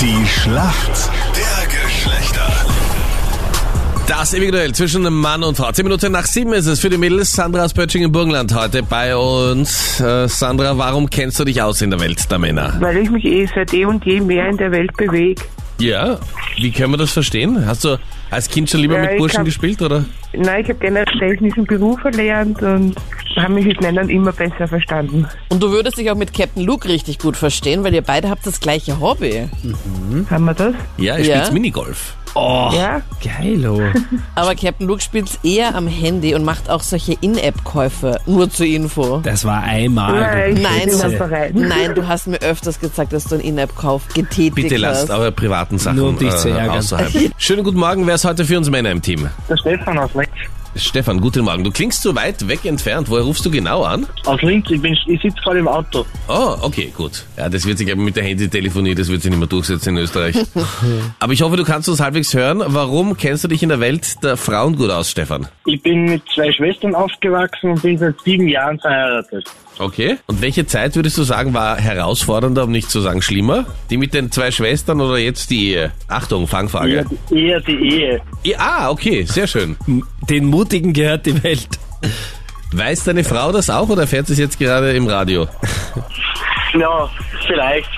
Die Schlacht der Geschlechter. Das ewige Duell zwischen einem Mann und Frau. Zehn Minuten nach sieben ist es für die Mädels. Sandra aus Pötsching im Burgenland heute bei uns. Äh, Sandra, warum kennst du dich aus in der Welt der Männer? Weil ich mich eh seit eh und je mehr in der Welt bewege. Ja, wie können wir das verstehen? Hast du als Kind schon lieber Ja, mit ich Burschen hab- gespielt, oder? Nein, ich habe generell technischen Beruf erlernt und habe mich mit Männern immer besser verstanden. Und du würdest dich auch mit Captain Luke richtig gut verstehen, weil ihr beide habt das gleiche Hobby. Hm? Haben wir das? Ja, ich Ja. spielst Minigolf. Ja? Geilo. Aber Captain Luke spielt's eher am Handy und macht auch solche In-App-Käufe. Nur zur Info. Das war einmal. Nein, ich Ah, Nein, bin das- immer bereit. Nein, du hast mir öfters gesagt, dass du einen In-App-Kauf getätigt Bitte hast. lasst eure privaten Sachen Nur um dich zu äh, ärgern. außerhalb. Schönen guten Morgen, wer ist heute für uns Männer im Team? Der Stefan aus Linz. Stefan, guten Morgen. Du klingst so weit weg entfernt. Woher rufst du genau an? Aus Linz, ich, bin- ich sitze gerade im Auto. Oh, okay, gut. Ja, das wird sich eben mit der Handytelefonie, das wird sich nicht mehr durchsetzen in Österreich. Aber ich hoffe, du kannst uns halbwegs hören. Warum kennst du dich in der Welt der Frauen gut aus, Stefan? Ich bin mit zwei Schwestern aufgewachsen und bin seit sieben Jahren verheiratet. Okay. Und welche Zeit würdest du sagen, war herausfordernder, um nicht zu sagen schlimmer? Die mit den zwei Schwestern oder jetzt die Ehe? Achtung, Eher Fangfrage. die, eher die Ehe. Ja. Ah, okay, sehr schön. Den Mutigen gehört die Welt. Weiß deine Frau das auch oder erfährt sie es jetzt gerade im Radio? Ja, vielleicht.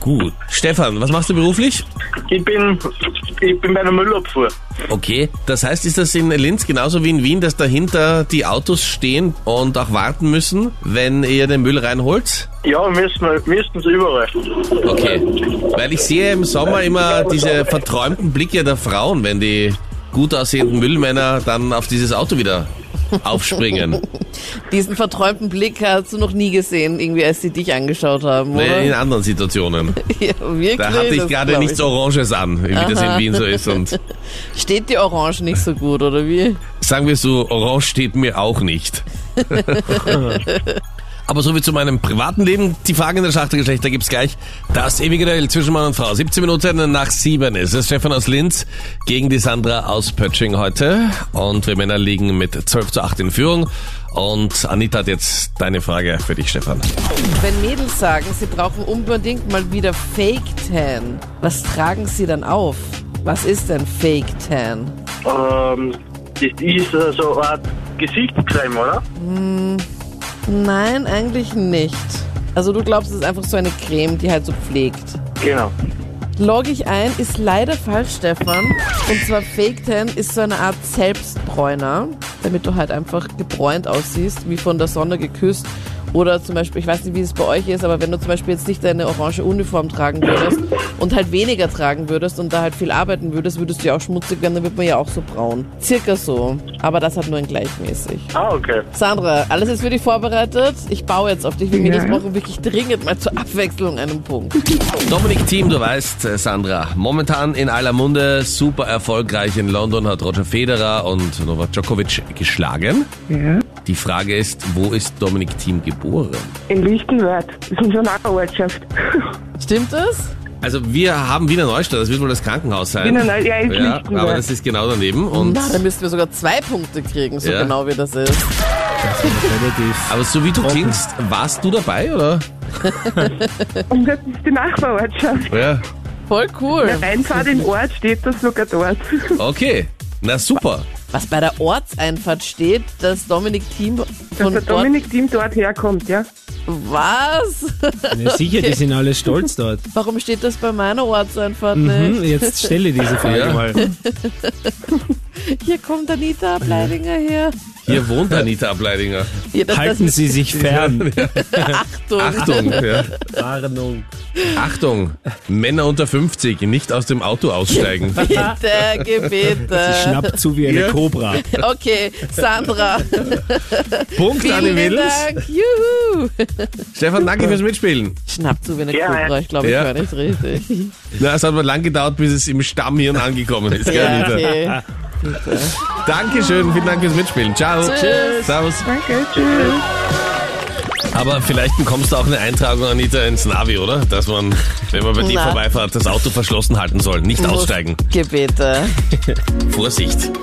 Gut. Stefan, was machst du beruflich? Ich bin, ich bin bei der Müllabfuhr. Okay, das heißt, ist das in Linz genauso wie in Wien, dass dahinter die Autos stehen und auch warten müssen, wenn ihr den Müll reinholt? Ja, müssen wir, müssen sie überall. Okay, weil ich sehe im Sommer immer diese verträumten Blicke der Frauen, wenn die gut aussehenden Müllmänner dann auf dieses Auto wieder aufspringen. Diesen verträumten Blick hast du noch nie gesehen, irgendwie als sie dich angeschaut haben, oder? Nee, in anderen Situationen. Ja, wirklich. Da hatte ich das gerade glaub nichts Oranges an, wie das in Aha. Wien so ist. Und Steht dir Orange nicht so gut, oder wie? Sagen wir so, Orange steht mir auch nicht. Aber so wie zu meinem privaten Leben, die Fragen der Schachtelgeschlechter gibt's gleich. Das ewige Duell zwischen Mann und Frau. 17 Minuten nach 7 ist es. Stefan aus Linz gegen die Sandra aus Pötsching heute. Und wir Männer liegen mit 12 zu 8 in Führung. Und Anita hat jetzt deine Frage für dich, Stefan. Wenn Mädels sagen, sie brauchen unbedingt mal wieder Fake Tan, was tragen sie dann auf? Was ist denn Fake Tan? Ähm, das ist äh, so eine Art Gesichtscreme, oder? Nein, eigentlich nicht. Also du glaubst, es ist einfach so eine Creme, die halt so pflegt. Genau. Log ich ein, ist leider falsch, Stefan. Und zwar Fake Tan ist so eine Art Selbstbräuner, damit du halt einfach gebräunt aussiehst, wie von der Sonne geküsst. Oder zum Beispiel, ich weiß nicht, wie es bei euch ist, aber wenn du zum Beispiel jetzt nicht deine orange Uniform tragen würdest und halt weniger tragen würdest und da halt viel arbeiten würdest, würdest du ja auch schmutzig werden, dann wird man ja auch so braun. Circa so. Aber das hat nur ein gleichmäßig. Ah, okay. Sandra, alles ist für dich vorbereitet. Ich baue jetzt auf dich. Wir Ja. ja. brauchen wirklich dringend mal zur Abwechslung einen Punkt. Dominik Thiem, du weißt, äh, Sandra, momentan in aller Munde, super erfolgreich in London, hat Roger Federer und Novak Djokovic geschlagen. Ja. Die Frage ist, wo ist Dominik Thiem geboren? In Lichtenwörth. Das ist unsere Nachbarortschaft. Stimmt es? Also wir haben Wiener Neustadt, das wird wohl das Krankenhaus sein. Wiener Neu- ja, ist ja, Lichtenberg. aber das ist genau daneben. Und, Na, dann müssten wir sogar zwei Punkte kriegen, so Ja. genau wie das ist. Relativ. aber so wie du klingst, warst du dabei, oder? Und das ist die Nachbarortschaft. Ja. Voll cool. Der Rheinfahrt im Ort steht das sogar dort. Okay, na super. Was bei der Ortseinfahrt steht, dass Dominik Thiem Dass von der dort... Dominik Team dort herkommt, ja? Was? Ja, sicher, die sind alle stolz dort. Warum steht das bei meiner Ortseinfahrt Mhm. Hm, nicht? jetzt stelle diese Frage Ja. mal. Hier kommt Anita Bleidinger her. Hier wohnt Anita Ableidinger. Hier, das, das Halten ist Sie sich fern. so. Achtung, ja. Warnung. Achtung, Männer unter 50, nicht aus dem Auto aussteigen. Bitte, Gebete. Schnappt zu wie eine Ja. Cobra. Okay, Sandra. Punkt an die Vielen Mädels. Dank. Juhu. Stefan, danke fürs Mitspielen. Schnapp zu wie eine Ja, Cobra. Ich glaube, ich Ja. höre nicht richtig. Na, es hat mal lang gedauert, bis es im Stammhirn angekommen ist. gell, Ja, Anita? okay. Dankeschön, vielen Dank fürs Mitspielen. Ciao. Tschüss. Servus. Danke, tschüss. Aber vielleicht bekommst du auch eine Eintragung, Anita, ins Navi, oder? Dass man, wenn man bei dir Na. vorbeifährt, das Auto verschlossen halten soll. Nicht aussteigen. Gebete. Vorsicht.